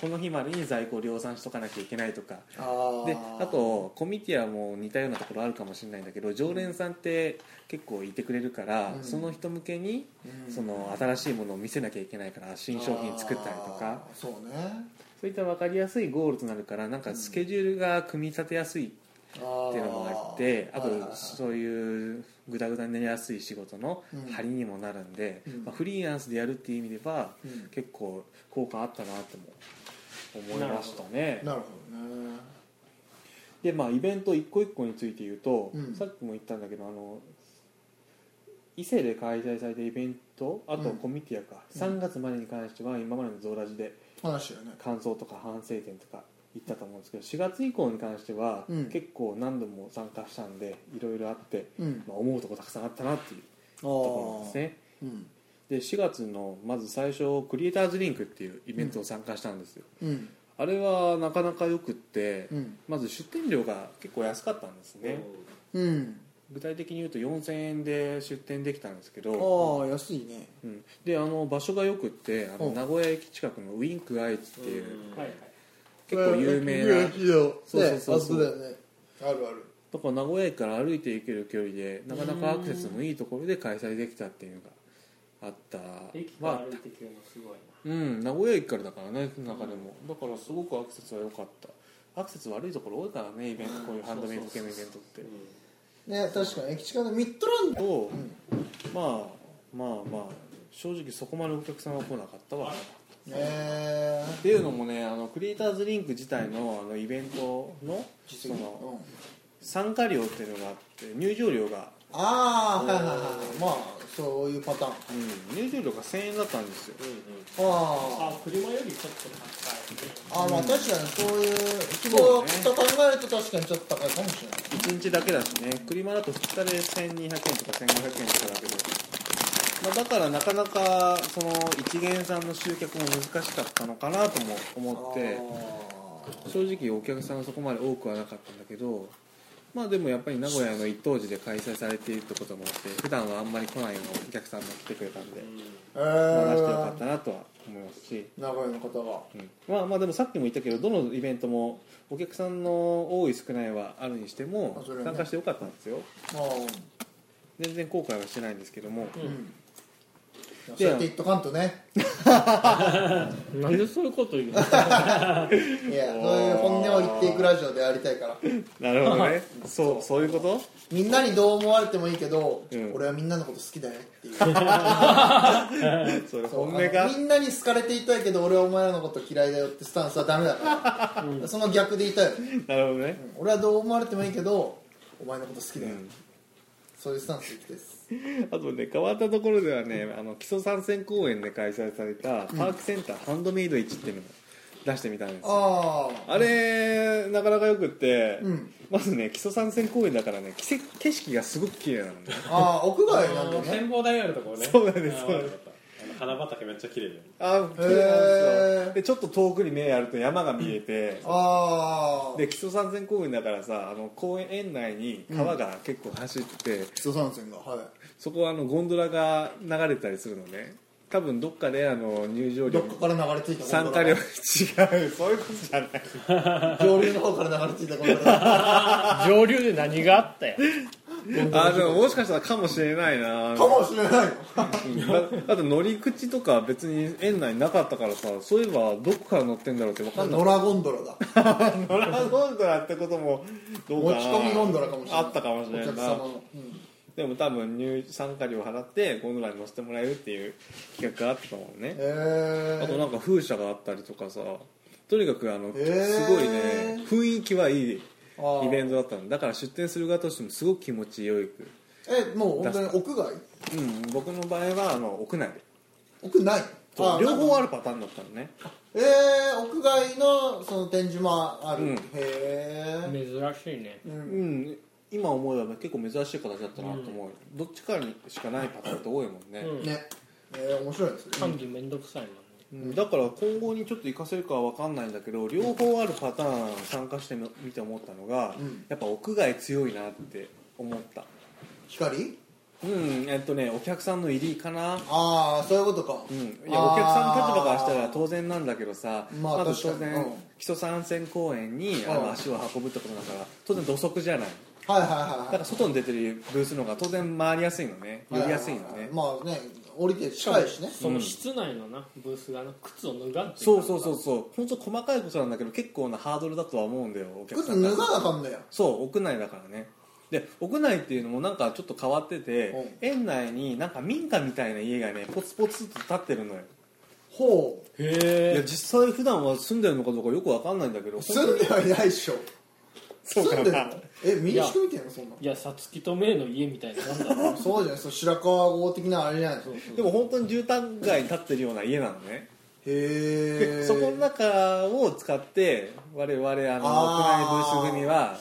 [SPEAKER 5] この日までに在庫を量産しとかなきゃいけないとか
[SPEAKER 3] あー
[SPEAKER 5] であとコミティアも似たようなところあるかもしれないんだけど常連さんって結構いてくれるから、
[SPEAKER 3] うん
[SPEAKER 5] その人向けに
[SPEAKER 3] うん
[SPEAKER 5] その新しいものを見せなきゃいけないから新商品作ったりとか
[SPEAKER 3] あーそうね
[SPEAKER 5] そういった分かりやすいゴールとなるからなんかスケジュールが組み立てやすいっ
[SPEAKER 3] って
[SPEAKER 5] いうのもあってあ
[SPEAKER 3] はいはいは
[SPEAKER 5] と
[SPEAKER 3] い
[SPEAKER 5] そういうグダグダになりやすい仕事の
[SPEAKER 3] うん
[SPEAKER 5] 張りにもなるんで、
[SPEAKER 3] うん
[SPEAKER 5] まあ、フリーランスでやるっていう意味では
[SPEAKER 3] うん
[SPEAKER 5] 結構効果あったなとも思いましたね。
[SPEAKER 3] なるほどね
[SPEAKER 5] でまあイベント一個一個について言うと、
[SPEAKER 3] うん
[SPEAKER 5] さっきも言ったんだけどあの伊勢で開催されたイベントあと
[SPEAKER 3] うん
[SPEAKER 5] コミティアか、
[SPEAKER 3] うん
[SPEAKER 5] 3月までに関しては今までのゾーラジで
[SPEAKER 3] 話だよね
[SPEAKER 5] 感想とか反省点とか言ったと思うんですけど4月以降に関しては、
[SPEAKER 3] うん
[SPEAKER 5] 結構何度も参加したんでいろいろあって、
[SPEAKER 3] うん
[SPEAKER 5] まあ、思うとこたくさんあったなっていう
[SPEAKER 3] あ
[SPEAKER 5] ところなんですね
[SPEAKER 3] ーうん
[SPEAKER 5] で4月のまず最初クリエイターズリンクっていうイベントを参加したんですよ、
[SPEAKER 3] うん
[SPEAKER 5] あれはなかなかよくって、
[SPEAKER 3] うん
[SPEAKER 5] まず出店料が結構安かったんですね、
[SPEAKER 3] うん
[SPEAKER 5] 具体的に言うと4000円で出店できたんですけど、
[SPEAKER 3] ああ安いね
[SPEAKER 5] うん、であの場所がよくってあ
[SPEAKER 3] う
[SPEAKER 5] の
[SPEAKER 3] ん
[SPEAKER 5] 名古屋駅近くのウィンクアイツっていう
[SPEAKER 1] うん
[SPEAKER 2] はいはい
[SPEAKER 5] 結構有名なだそうそうそうそ
[SPEAKER 3] ねあそ
[SPEAKER 5] う
[SPEAKER 3] こだよねあるある
[SPEAKER 5] から名古屋駅から歩いて行ける距離でなかなかアクセスもいいところで開催できたっていうのがあった
[SPEAKER 2] 駅から
[SPEAKER 5] まあ
[SPEAKER 2] 歩いてくるのすごいな
[SPEAKER 5] うん名古屋駅からだからね中でもだからすごくアクセスは良かったアクセス悪いところ多いからねイベントこういうハンドメイド系のイベントって
[SPEAKER 3] ね確かに駅近のミッドランド
[SPEAKER 5] とまあまあまあ正直そこまでお客さんは来なかったわ
[SPEAKER 3] ねえ
[SPEAKER 5] っていうのもねあのクリエイターズリンク自体のあのイベントのそ
[SPEAKER 3] うん
[SPEAKER 5] の参加料っていうのがあって入場料が、
[SPEAKER 3] ああはいはいはいまあそういうパターン
[SPEAKER 5] うん、入場料が1000円だったんですよ
[SPEAKER 2] あ
[SPEAKER 3] あ
[SPEAKER 2] 車よりちょっと高いね
[SPEAKER 3] ああまあ確かにそういう規模と考えると確かにちょっと高いかもしれない
[SPEAKER 5] 1日だけだしね車だと2日で1200円とか1500円とかだけど、まあ、だからなかなかその一元さんの集客も難しかったのかなとも思って正直お客さんはそこまで多くはなかったんだけどまあでもやっぱり名古屋の一等地で開催されているってこともあって普段はあんまり来ないようなお客さんも来てくれたんで、
[SPEAKER 3] え
[SPEAKER 5] まあ、出してよかっ
[SPEAKER 3] ー
[SPEAKER 5] たなとは思いますし、
[SPEAKER 3] 名古屋の方が
[SPEAKER 5] うんまあまあでもさっきも言ったけどどのイベントもお客さんの多い少ないはあるにしても
[SPEAKER 3] あそれはね
[SPEAKER 5] 参加してよかったんですよ
[SPEAKER 3] う
[SPEAKER 5] 全然後悔はしてないんですけども、
[SPEAKER 3] んうんそう
[SPEAKER 5] で
[SPEAKER 3] やって言っとかんとね
[SPEAKER 2] なんでそういうこと言うの
[SPEAKER 3] いやそういう本音を言っていくラジオでありたいから
[SPEAKER 5] なるほ どねそうそういうこと
[SPEAKER 3] みんなにどう思われてもいいけど、
[SPEAKER 5] うん
[SPEAKER 3] 俺はみんなのこと好きだよっていう そう
[SPEAKER 5] それ
[SPEAKER 3] あの
[SPEAKER 5] 本音が
[SPEAKER 3] みんなに好かれていたいけど俺はお前らのこと嫌いだよってスタンスはダメだから、その逆でいたいよ、うん
[SPEAKER 5] なるほどね、
[SPEAKER 3] 俺はどう思われてもいいけどお前のこと好き
[SPEAKER 5] う
[SPEAKER 3] だよ、
[SPEAKER 5] ん
[SPEAKER 3] そういうスタンスでいきたいです
[SPEAKER 5] あとね変わったところではねあの基礎参戦公演で開催されたパークセンター、ハンドメイド市っていうのを出してみたんです
[SPEAKER 3] ああ
[SPEAKER 5] あれなかなかよくって、
[SPEAKER 3] うん
[SPEAKER 5] まずね基礎参戦公園だからね季節景色がすごく綺 麗なのね
[SPEAKER 3] ああ屋外なんでね
[SPEAKER 1] 展望台あるところね
[SPEAKER 5] そうなんです
[SPEAKER 1] あー
[SPEAKER 5] そうなんで
[SPEAKER 1] よかったあの花畑めっちゃ綺麗だよね
[SPEAKER 5] あ綺麗なんです
[SPEAKER 3] へ
[SPEAKER 5] よ
[SPEAKER 3] ー
[SPEAKER 5] でちょっと遠くに目やると山が見えて
[SPEAKER 3] ああ
[SPEAKER 5] で基礎参戦公園だからさあの公園園内に川が結構走ってて、
[SPEAKER 3] 基礎参戦がはい
[SPEAKER 5] そこはあのゴンドラが流れたりするのね多分どっかであの入場
[SPEAKER 3] ど
[SPEAKER 5] 料
[SPEAKER 3] っかから流れ着いた
[SPEAKER 5] 参加料違う そういうことじゃない
[SPEAKER 3] 上流の方から流れ着いたゴンドラ
[SPEAKER 2] 上流で何があったよ
[SPEAKER 5] あでももしかしたらかもしれない
[SPEAKER 3] か
[SPEAKER 5] な
[SPEAKER 3] もしれないよ
[SPEAKER 5] うんだだって乗り口とか別に園内なかったからさそういえばどこから乗ってんだろうって分かんない
[SPEAKER 3] 野良ゴンドラだ
[SPEAKER 5] 乗らゴンドラってこともどうか
[SPEAKER 3] 持
[SPEAKER 5] な
[SPEAKER 3] ち込みゴンドラかもしれない
[SPEAKER 5] あったかもしれな
[SPEAKER 3] お
[SPEAKER 5] い
[SPEAKER 3] 客
[SPEAKER 5] な
[SPEAKER 3] 様の、うん
[SPEAKER 5] でも多分入参加料払ってゴンドラに乗せてもらえるっていう企画があったもんね
[SPEAKER 3] え
[SPEAKER 5] あとなんか風車があったりとかさとにかくあの、
[SPEAKER 3] へー
[SPEAKER 5] すごいね雰囲気はいいイ
[SPEAKER 3] あー
[SPEAKER 5] ベントだったのだから出店する側としてもすごく気持ちよく、
[SPEAKER 3] えもう本当に屋外
[SPEAKER 5] うん、僕の場合はあの屋内で
[SPEAKER 3] 屋内あ
[SPEAKER 5] 両方あ
[SPEAKER 3] る
[SPEAKER 5] るパターンだったのね
[SPEAKER 3] えー、屋外のその展示もある、
[SPEAKER 5] うん
[SPEAKER 3] へえ
[SPEAKER 2] 珍しいね
[SPEAKER 5] うん今思えば結構珍しい形だったなと思う、どっちかにしかないパターンって多いもんね、
[SPEAKER 2] うん
[SPEAKER 3] ねえー、面白いですね
[SPEAKER 2] 管理めんどくさいもんね
[SPEAKER 5] うんだから今後にちょっと活かせるかは分かんないんだけど両方あるパターン参加してみて思ったのが、
[SPEAKER 3] うん
[SPEAKER 5] やっぱ屋外強いなって思った
[SPEAKER 3] 光
[SPEAKER 5] うんえっとねお客さんの入りかな
[SPEAKER 3] ああそういうことか、
[SPEAKER 5] うん、いやお客
[SPEAKER 3] あー
[SPEAKER 5] さん立場からしたら当然なんだけどさ、
[SPEAKER 3] まあ
[SPEAKER 5] まず当
[SPEAKER 3] 確かに
[SPEAKER 5] 然
[SPEAKER 3] うん
[SPEAKER 5] 基礎参戦公園にあ
[SPEAKER 3] うん
[SPEAKER 5] の足を運ぶってことだから当然土足じゃない
[SPEAKER 3] はいはい
[SPEAKER 5] だ
[SPEAKER 3] はい
[SPEAKER 5] か
[SPEAKER 3] はい
[SPEAKER 5] ら外に出てるブースの方が当然回りやすいのね寄りやすいの
[SPEAKER 3] はは
[SPEAKER 5] ね
[SPEAKER 3] はまあね降りて近いしね
[SPEAKER 2] その室内のなブースがな靴を脱がんってい
[SPEAKER 5] そうそうそううそう本当細かいことなんだけど結構なハードルだとは思うんだよお客
[SPEAKER 3] 靴
[SPEAKER 5] さ
[SPEAKER 3] 脱が
[SPEAKER 5] ん
[SPEAKER 3] なあかんのや
[SPEAKER 5] そう屋内だからねで屋内っていうのもなんかちょっと変わってて
[SPEAKER 3] うん
[SPEAKER 5] 園内になんか民家みたいな家がねポツポツと立ってるのよ
[SPEAKER 3] ほう
[SPEAKER 5] いや
[SPEAKER 2] へ
[SPEAKER 5] 実際普段は住んでるのかどうかよくわかんないんだけど
[SPEAKER 3] 住んではいないっしょ
[SPEAKER 5] そうか
[SPEAKER 3] 住
[SPEAKER 5] なん
[SPEAKER 3] でんのえ民宿みたいなそんない
[SPEAKER 2] やさつきとめいの家みたいな なんだろう
[SPEAKER 3] そうじゃないそう白川郷的なあれじゃないですか
[SPEAKER 5] でも本当に住宅街に立ってるような家なのね
[SPEAKER 3] へ
[SPEAKER 5] で
[SPEAKER 3] え
[SPEAKER 5] そこの中を使って我々あの屋
[SPEAKER 3] あー
[SPEAKER 5] 内ブース組は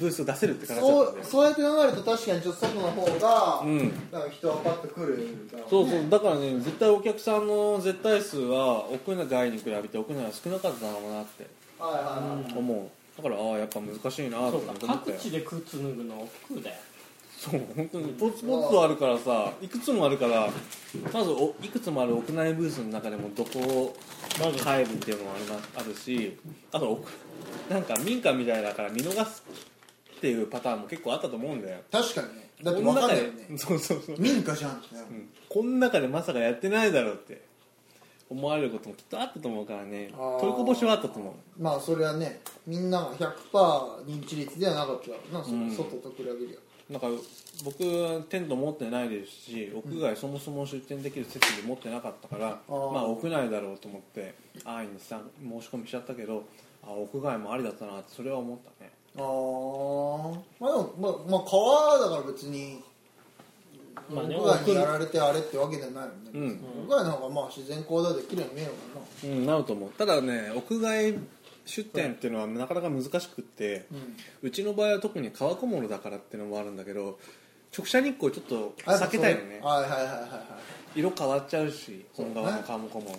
[SPEAKER 5] ブースを出せるって形だ
[SPEAKER 3] そ
[SPEAKER 5] ったんだ
[SPEAKER 3] う
[SPEAKER 5] よ
[SPEAKER 3] そうやって流れると確かにちょっと外の方が、
[SPEAKER 5] うん
[SPEAKER 3] なんか人がパッと来るみたいな
[SPEAKER 5] そうそうだからね絶対お客さんの絶対数は屋外に比べて屋内は少なかったのかなって
[SPEAKER 3] はいはいはい、
[SPEAKER 5] 思うだからああやっぱ難しいなと
[SPEAKER 2] そう
[SPEAKER 5] 思
[SPEAKER 2] か
[SPEAKER 5] って思った
[SPEAKER 2] 各
[SPEAKER 5] よ
[SPEAKER 2] 地で靴脱ぐの億劫だよ
[SPEAKER 5] そう本当にポツポツとあるからさいくつもあるからまずおいくつもある屋内ブースの中でもどこを
[SPEAKER 2] まず
[SPEAKER 5] 入るっていうのもありますあるしあと屋なんか民家みたいだから見逃すっていうパターンも結構あったと思うんだよ
[SPEAKER 3] 確かにねだって
[SPEAKER 5] こ
[SPEAKER 3] 分
[SPEAKER 5] の
[SPEAKER 3] かんな
[SPEAKER 5] 中
[SPEAKER 3] い
[SPEAKER 5] で
[SPEAKER 3] よね
[SPEAKER 5] そうそうそう、
[SPEAKER 3] 民家じゃんってね、
[SPEAKER 5] うんこの中でまさかやってないだろうって思われることもきっとあったと思うからね
[SPEAKER 3] あー
[SPEAKER 5] 取りこぼしはあったと思う
[SPEAKER 3] まあそれはねみんなが100%認知率ではなかったからなその
[SPEAKER 5] ん
[SPEAKER 3] 外と比べりゃ、
[SPEAKER 5] なんか僕テント持ってないですし屋外そもそも出店できる設備持ってなかったから、
[SPEAKER 3] あー
[SPEAKER 5] まあ屋内だろうと思って安易にさ申し込みしちゃったけどあ屋外もありだったなってそれは思ったね
[SPEAKER 3] あーまあでも、まあ、まあ川だから別に
[SPEAKER 2] まあね
[SPEAKER 3] 屋外にやられてあれってわけじゃないもんね、
[SPEAKER 5] うん
[SPEAKER 3] 屋外の方がまあ自然行動できるように見えるか
[SPEAKER 5] うん、なると思うただね屋外出店っていうのはなかなか難しくって、
[SPEAKER 3] らな、うん
[SPEAKER 5] うちの場合は特に川小物だからっていうのもあるんだけど直射日光ちょっと
[SPEAKER 3] あやっぱ
[SPEAKER 5] 避けたいよね
[SPEAKER 3] そうはいはいはいはいはい
[SPEAKER 5] 色変わっちゃうし
[SPEAKER 3] そうね
[SPEAKER 5] 本側の川小物って
[SPEAKER 3] なる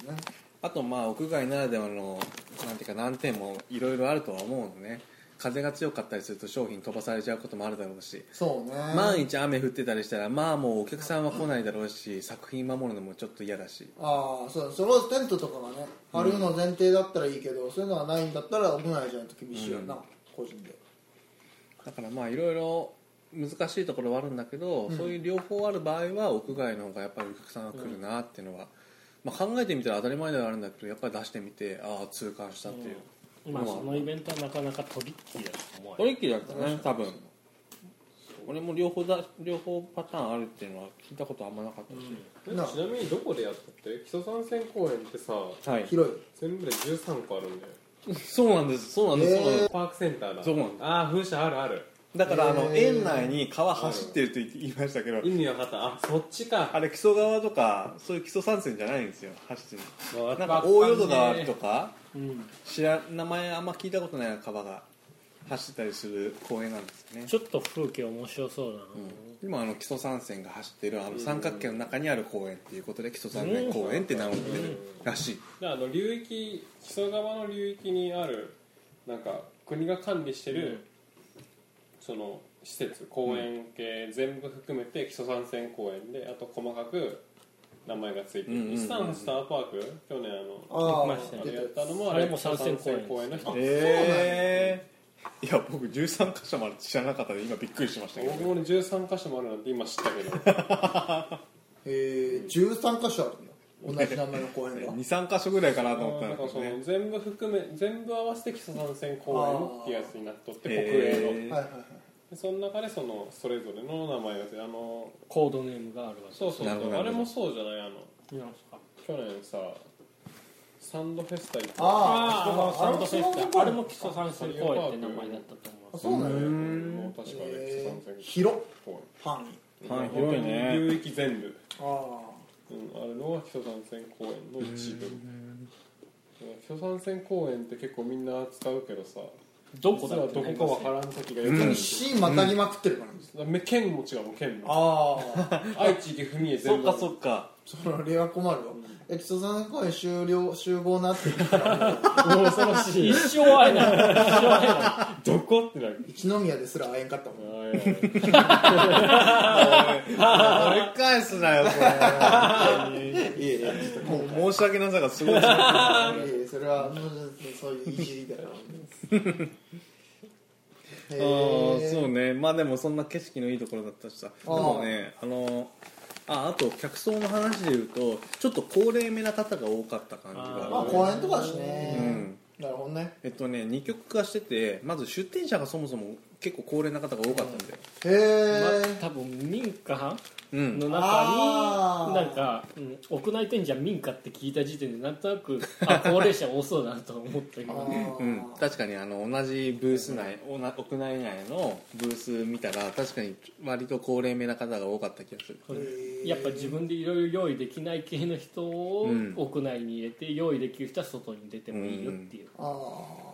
[SPEAKER 3] ほどね
[SPEAKER 5] あとまあ屋外ならではのなんていうか難点もいろいろあるとは思うのね風が強かったりすると商品飛ばされちゃうこともあるだろうし
[SPEAKER 3] そうね
[SPEAKER 5] 万一雨降ってたりしたらまあもうお客さんは来ないだろうし作品守るのもちょっと嫌だし
[SPEAKER 3] ああそうそれはテントとかがね張るの前提だったらいいけど、そういうのがないんだったら屋内じゃないと厳しいよな、
[SPEAKER 5] うん
[SPEAKER 3] 個人で
[SPEAKER 5] だからまあいろいろ難しいところはあるんだけど、
[SPEAKER 3] うん
[SPEAKER 5] そういう両方ある場合は屋外の方がやっぱりお客さんが来るなっていうのは、まあ、考えてみたら当たり前ではあるんだけどやっぱり出してみてああ痛感したっていう、
[SPEAKER 2] まあそのイベントはなかなかトリッキーだと思うよ
[SPEAKER 5] トリッキーだったね多分俺も両方だ両方パターンあるっていうのは聞いたことあんまなかったし、
[SPEAKER 1] ちなみにどこでやったって木曽三線公園ってさ
[SPEAKER 5] はい
[SPEAKER 3] 広い
[SPEAKER 1] 全部で13個あるんだよ
[SPEAKER 5] そうなんですそうなんです、
[SPEAKER 3] へー
[SPEAKER 5] そうなんです
[SPEAKER 1] パークセンターだ
[SPEAKER 5] そうなん
[SPEAKER 1] ああ風車あるある
[SPEAKER 5] だからあの
[SPEAKER 3] へー
[SPEAKER 5] 園内に川走ってると言いましたけど
[SPEAKER 1] 意味わかったあそっちか
[SPEAKER 5] あれ木曽川とかそういう基礎山線じゃないんですよ走ってる
[SPEAKER 1] わ
[SPEAKER 5] なん
[SPEAKER 1] か
[SPEAKER 5] か
[SPEAKER 1] った
[SPEAKER 5] 大淀川とか
[SPEAKER 2] うん
[SPEAKER 5] 知ら名前あんま聞いたことない川が走ってたりする公園なんですよね
[SPEAKER 2] ちょっと風景面白そうだな、
[SPEAKER 5] 今あの基礎山線が走ってるあの三角形の中にある公園っていうことで基礎山線公園って名乗ってるらしい
[SPEAKER 1] であの流域木曽川の流域にあるなんか国が管理してる、
[SPEAKER 2] うん
[SPEAKER 1] その施設公園系全部含めて木曽三線公園であと細かく名前がついて
[SPEAKER 5] うんうんうん
[SPEAKER 1] る
[SPEAKER 5] うん
[SPEAKER 1] スタンスターパーク去年あの
[SPEAKER 3] あー
[SPEAKER 1] 行きましたよねやったのもあ
[SPEAKER 2] あ
[SPEAKER 1] れ
[SPEAKER 2] れも三線公園
[SPEAKER 1] 木曽三線の一つ
[SPEAKER 5] へえいや僕13箇所まで知らなかったんで今びっくりしましたけど
[SPEAKER 1] 僕もね13箇所もあるなんて今知ったけ ど
[SPEAKER 3] えー、13箇所あるんだ同じ名前の公園が
[SPEAKER 5] 23箇所ぐらいかなと思ったん
[SPEAKER 1] なん
[SPEAKER 5] だ
[SPEAKER 1] か
[SPEAKER 5] け
[SPEAKER 1] そ
[SPEAKER 5] どね
[SPEAKER 1] の全部含め全部合わせて木曽三線公園ってやつになっとって国営の
[SPEAKER 5] へ
[SPEAKER 3] はいはいはい
[SPEAKER 1] でその中でそのそれぞれの名前がついあの
[SPEAKER 2] コードネームがあるわけ
[SPEAKER 1] そうそう
[SPEAKER 5] なる
[SPEAKER 1] そ
[SPEAKER 5] ほ
[SPEAKER 1] う
[SPEAKER 5] ど
[SPEAKER 1] あれもそうじゃないあの
[SPEAKER 2] なんですか
[SPEAKER 1] 去年さサンドフェスタ行って
[SPEAKER 3] あ
[SPEAKER 2] ああ
[SPEAKER 3] あ
[SPEAKER 2] サンドフェ
[SPEAKER 3] あれもそうな
[SPEAKER 2] ス
[SPEAKER 3] んだ
[SPEAKER 2] タあれも基礎山水公園って名前だったと思い
[SPEAKER 3] あ
[SPEAKER 2] ます
[SPEAKER 3] そうなの、
[SPEAKER 1] う
[SPEAKER 3] ね、
[SPEAKER 1] ん確かね
[SPEAKER 3] え
[SPEAKER 1] 北
[SPEAKER 3] ー
[SPEAKER 1] 三千
[SPEAKER 3] 広っ
[SPEAKER 1] 公園
[SPEAKER 3] 範囲
[SPEAKER 5] は
[SPEAKER 1] 本
[SPEAKER 5] い
[SPEAKER 1] 当
[SPEAKER 5] 広い
[SPEAKER 1] に
[SPEAKER 5] ね
[SPEAKER 1] 流域全部
[SPEAKER 3] あ
[SPEAKER 1] うん、あるのは基礎山線公園の一部基礎山線公園って結構みんな使うけどさ
[SPEAKER 2] どこだ
[SPEAKER 1] 実は
[SPEAKER 2] っ
[SPEAKER 1] ど
[SPEAKER 2] て
[SPEAKER 1] こかわ
[SPEAKER 2] ら
[SPEAKER 1] からん時が
[SPEAKER 3] あ
[SPEAKER 1] よ
[SPEAKER 3] 市またぎまくってるから、
[SPEAKER 1] く県も違うもん県も
[SPEAKER 3] ああ
[SPEAKER 1] 愛知岐阜三重
[SPEAKER 5] そ
[SPEAKER 1] 全
[SPEAKER 5] っ
[SPEAKER 1] 部
[SPEAKER 5] かそっか
[SPEAKER 3] その例は困るよエクソザン公園終了集合なって
[SPEAKER 1] 恐ろしい
[SPEAKER 2] 一生会えない一生会えない
[SPEAKER 1] どこってなる
[SPEAKER 3] 一宮ですら会えんかったもん
[SPEAKER 1] あー
[SPEAKER 5] 俺返すな よこ
[SPEAKER 3] いえいえ
[SPEAKER 5] れもう申し訳なさがすごい あ
[SPEAKER 3] それ はもうそういういじりだからへ
[SPEAKER 5] ー
[SPEAKER 3] ー
[SPEAKER 5] そうねまあでもそんな景色のいいところだったしさで
[SPEAKER 3] あー
[SPEAKER 5] もねあのああと客層の話で言うとちょっと高齢めな方が多かった感じがある
[SPEAKER 3] まあ公園とかだしね、
[SPEAKER 5] うん
[SPEAKER 3] なるほどね
[SPEAKER 5] えっとね二極化しててまず出店者がそもそも結構高齢な方が多かったんだよ
[SPEAKER 3] へ
[SPEAKER 2] ま
[SPEAKER 3] え、
[SPEAKER 2] 多分民家
[SPEAKER 5] うん
[SPEAKER 2] の
[SPEAKER 3] あ
[SPEAKER 2] 中
[SPEAKER 3] ー
[SPEAKER 2] になんか、うん屋内展示は民家って聞いた時点でなんとなくあ高齢者多そうだなと思ったけ
[SPEAKER 3] あ
[SPEAKER 2] ど
[SPEAKER 3] ー
[SPEAKER 5] うん、確かにあの同じブース内、おな屋内内のブース見たら確かに割と高齢めな方が多かった気がする
[SPEAKER 3] ー
[SPEAKER 2] やっぱ自分でいろいろ用意できない系の人を
[SPEAKER 5] うん
[SPEAKER 2] 屋内に入れて用意できる人は外に出てもいいよっていう、
[SPEAKER 3] あ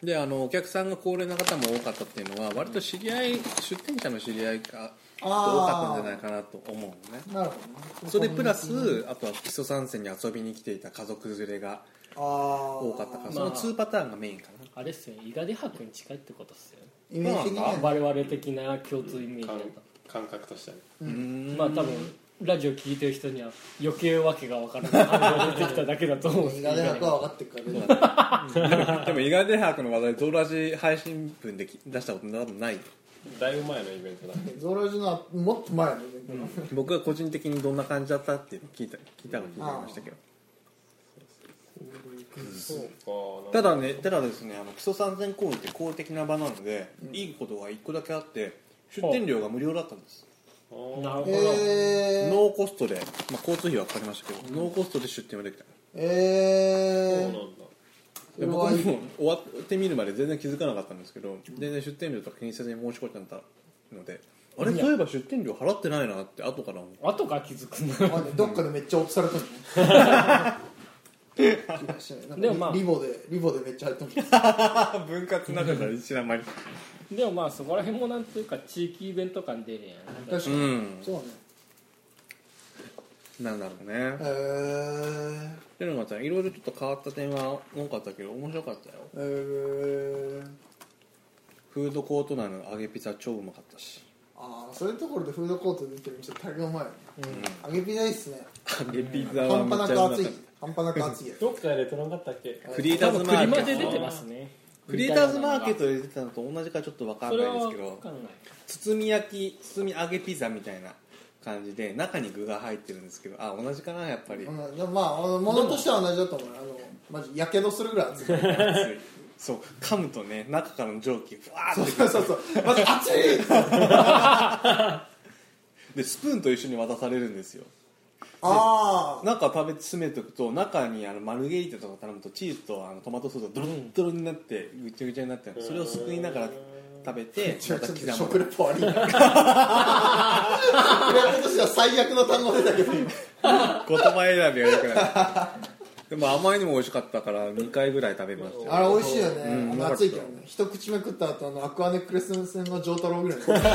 [SPEAKER 5] であのお客さんが高齢な方も多かったっていうのは割と知り合い出店者の知り合いが
[SPEAKER 3] あ
[SPEAKER 5] 多か
[SPEAKER 3] ああ
[SPEAKER 5] ったんじゃないかなと思うのね
[SPEAKER 3] なるほどね
[SPEAKER 5] それプラスあとは基礎参戦に遊びに来ていた家族連れが
[SPEAKER 3] ああ
[SPEAKER 5] 多かったから
[SPEAKER 2] ー
[SPEAKER 5] その2パターンがメインかな
[SPEAKER 2] あれっすよね伊賀で博に近いってことっすよね
[SPEAKER 3] イメージ的にはね
[SPEAKER 2] 我々的な共通イメージだ
[SPEAKER 1] 感
[SPEAKER 2] と、
[SPEAKER 1] 感覚としてはね
[SPEAKER 5] うん
[SPEAKER 2] まあ多分ラジオ聞いてる人には余計わけが分からない反応が出てきただけだと思うんです
[SPEAKER 3] 伊
[SPEAKER 2] けど
[SPEAKER 3] 賀大学は分かってるからね
[SPEAKER 5] でも伊賀デハークの話題ゾウラジ配信分でき出したこと多分ないよ
[SPEAKER 1] だいぶ前のイベントだ
[SPEAKER 3] ゾロジのはもっと前のイ ベントだ
[SPEAKER 5] 僕は個人的にどんな感じだったっていうのを聞いた聞いたの聞いてみましたけど
[SPEAKER 1] そうか
[SPEAKER 5] ただねただですねあの基礎参戦公園って公的な場なので、いいことが一個だけあって出店料が無料だったんです、
[SPEAKER 2] なるほど、
[SPEAKER 3] へー
[SPEAKER 5] ノーコストで、まあ、交通費はかかりましたけど、ノーコストで出店はできた
[SPEAKER 1] そうな
[SPEAKER 3] え
[SPEAKER 1] んだ
[SPEAKER 3] ー
[SPEAKER 5] で
[SPEAKER 3] う
[SPEAKER 5] 僕
[SPEAKER 3] わ
[SPEAKER 5] はもう終わってみるまで全然気づかなかったんですけど全然出店料とか気にせずに申し込んじゃったのであれ
[SPEAKER 2] いや
[SPEAKER 5] そういえば出店料払ってないなって後から 思う
[SPEAKER 2] 後から気づくな
[SPEAKER 3] あどっかでめっちゃ落とされ とるね
[SPEAKER 2] でもまあ
[SPEAKER 3] リボでリボでめっちゃ入っとる
[SPEAKER 5] 分割ながら知らない
[SPEAKER 2] でもまあそこら辺もなんというか地域イベント感出るやん
[SPEAKER 3] 確か
[SPEAKER 5] う
[SPEAKER 3] に、
[SPEAKER 5] ん
[SPEAKER 3] そうね
[SPEAKER 5] なんだろうね
[SPEAKER 3] へー
[SPEAKER 5] っていうのがさいろいろちょっと変わった点は多かったけど面白かったよ
[SPEAKER 3] えー
[SPEAKER 5] フードコート内の揚げピザ超うまかったし
[SPEAKER 3] ああそういうところでフードコートで出てる店大量うまいよね、揚げピザいいっすね
[SPEAKER 5] 揚げピザは
[SPEAKER 3] 半
[SPEAKER 5] めっ
[SPEAKER 3] 端な
[SPEAKER 5] ちゃ
[SPEAKER 3] く
[SPEAKER 5] うま
[SPEAKER 3] 熱
[SPEAKER 5] かっ
[SPEAKER 3] い
[SPEAKER 5] た
[SPEAKER 3] 半端なく熱いや
[SPEAKER 1] どっかで取らんかったっけ
[SPEAKER 5] クリエイターズマー
[SPEAKER 2] 車
[SPEAKER 5] ケ
[SPEAKER 2] で出
[SPEAKER 5] ッ
[SPEAKER 2] て
[SPEAKER 5] ト
[SPEAKER 2] ますね
[SPEAKER 5] クリエイターズマーケットで出てたのと同じかちょっと分か
[SPEAKER 2] そ
[SPEAKER 5] ん
[SPEAKER 2] れ
[SPEAKER 5] ない
[SPEAKER 2] は
[SPEAKER 5] ですけ
[SPEAKER 2] 分
[SPEAKER 5] ど
[SPEAKER 2] かんない
[SPEAKER 5] 包み焼き包み揚げピザみたいな感じで中に具が入ってるんですけどあ同じかなやっぱり
[SPEAKER 3] うんでもまああの物としては同じだと思うあのマジやけどするぐらい熱い
[SPEAKER 5] そう噛むとね中からの蒸気ふわーって
[SPEAKER 3] そうそうそうまず熱い
[SPEAKER 5] でスプーンと一緒に渡されるんですよ
[SPEAKER 3] あ
[SPEAKER 5] 中食べ詰めておくと中にあのマルゲリータとか頼むとチーズとあのトマトソースがドロッドロになってぐちゃぐちゃになってそれをすくいながら食べて
[SPEAKER 3] あちょ
[SPEAKER 5] ま
[SPEAKER 3] っと
[SPEAKER 5] た刻む
[SPEAKER 3] 食レポ悪いな食レポとしては最悪の単語出たけど今
[SPEAKER 5] 言葉選びがよく ないでも甘いのも美味しかったから2回ぐらい食べましたよ
[SPEAKER 3] あれ美味しいよね、
[SPEAKER 5] ん
[SPEAKER 3] あの熱いけどね一口目食った後あのアクアネックレス線の上太郎ぐらい上手上手加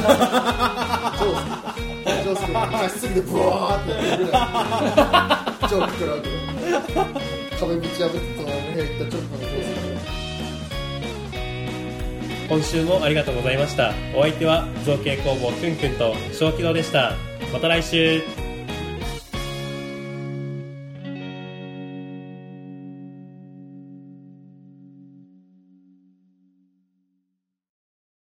[SPEAKER 3] 湿器でブワーってやってるぐらい超食ってるわけよ壁ぶち破って隣の部屋行った直後の上手
[SPEAKER 6] 今週もありがとうございましたお相手は造形工房キュンキュンと小規模でしたまた来週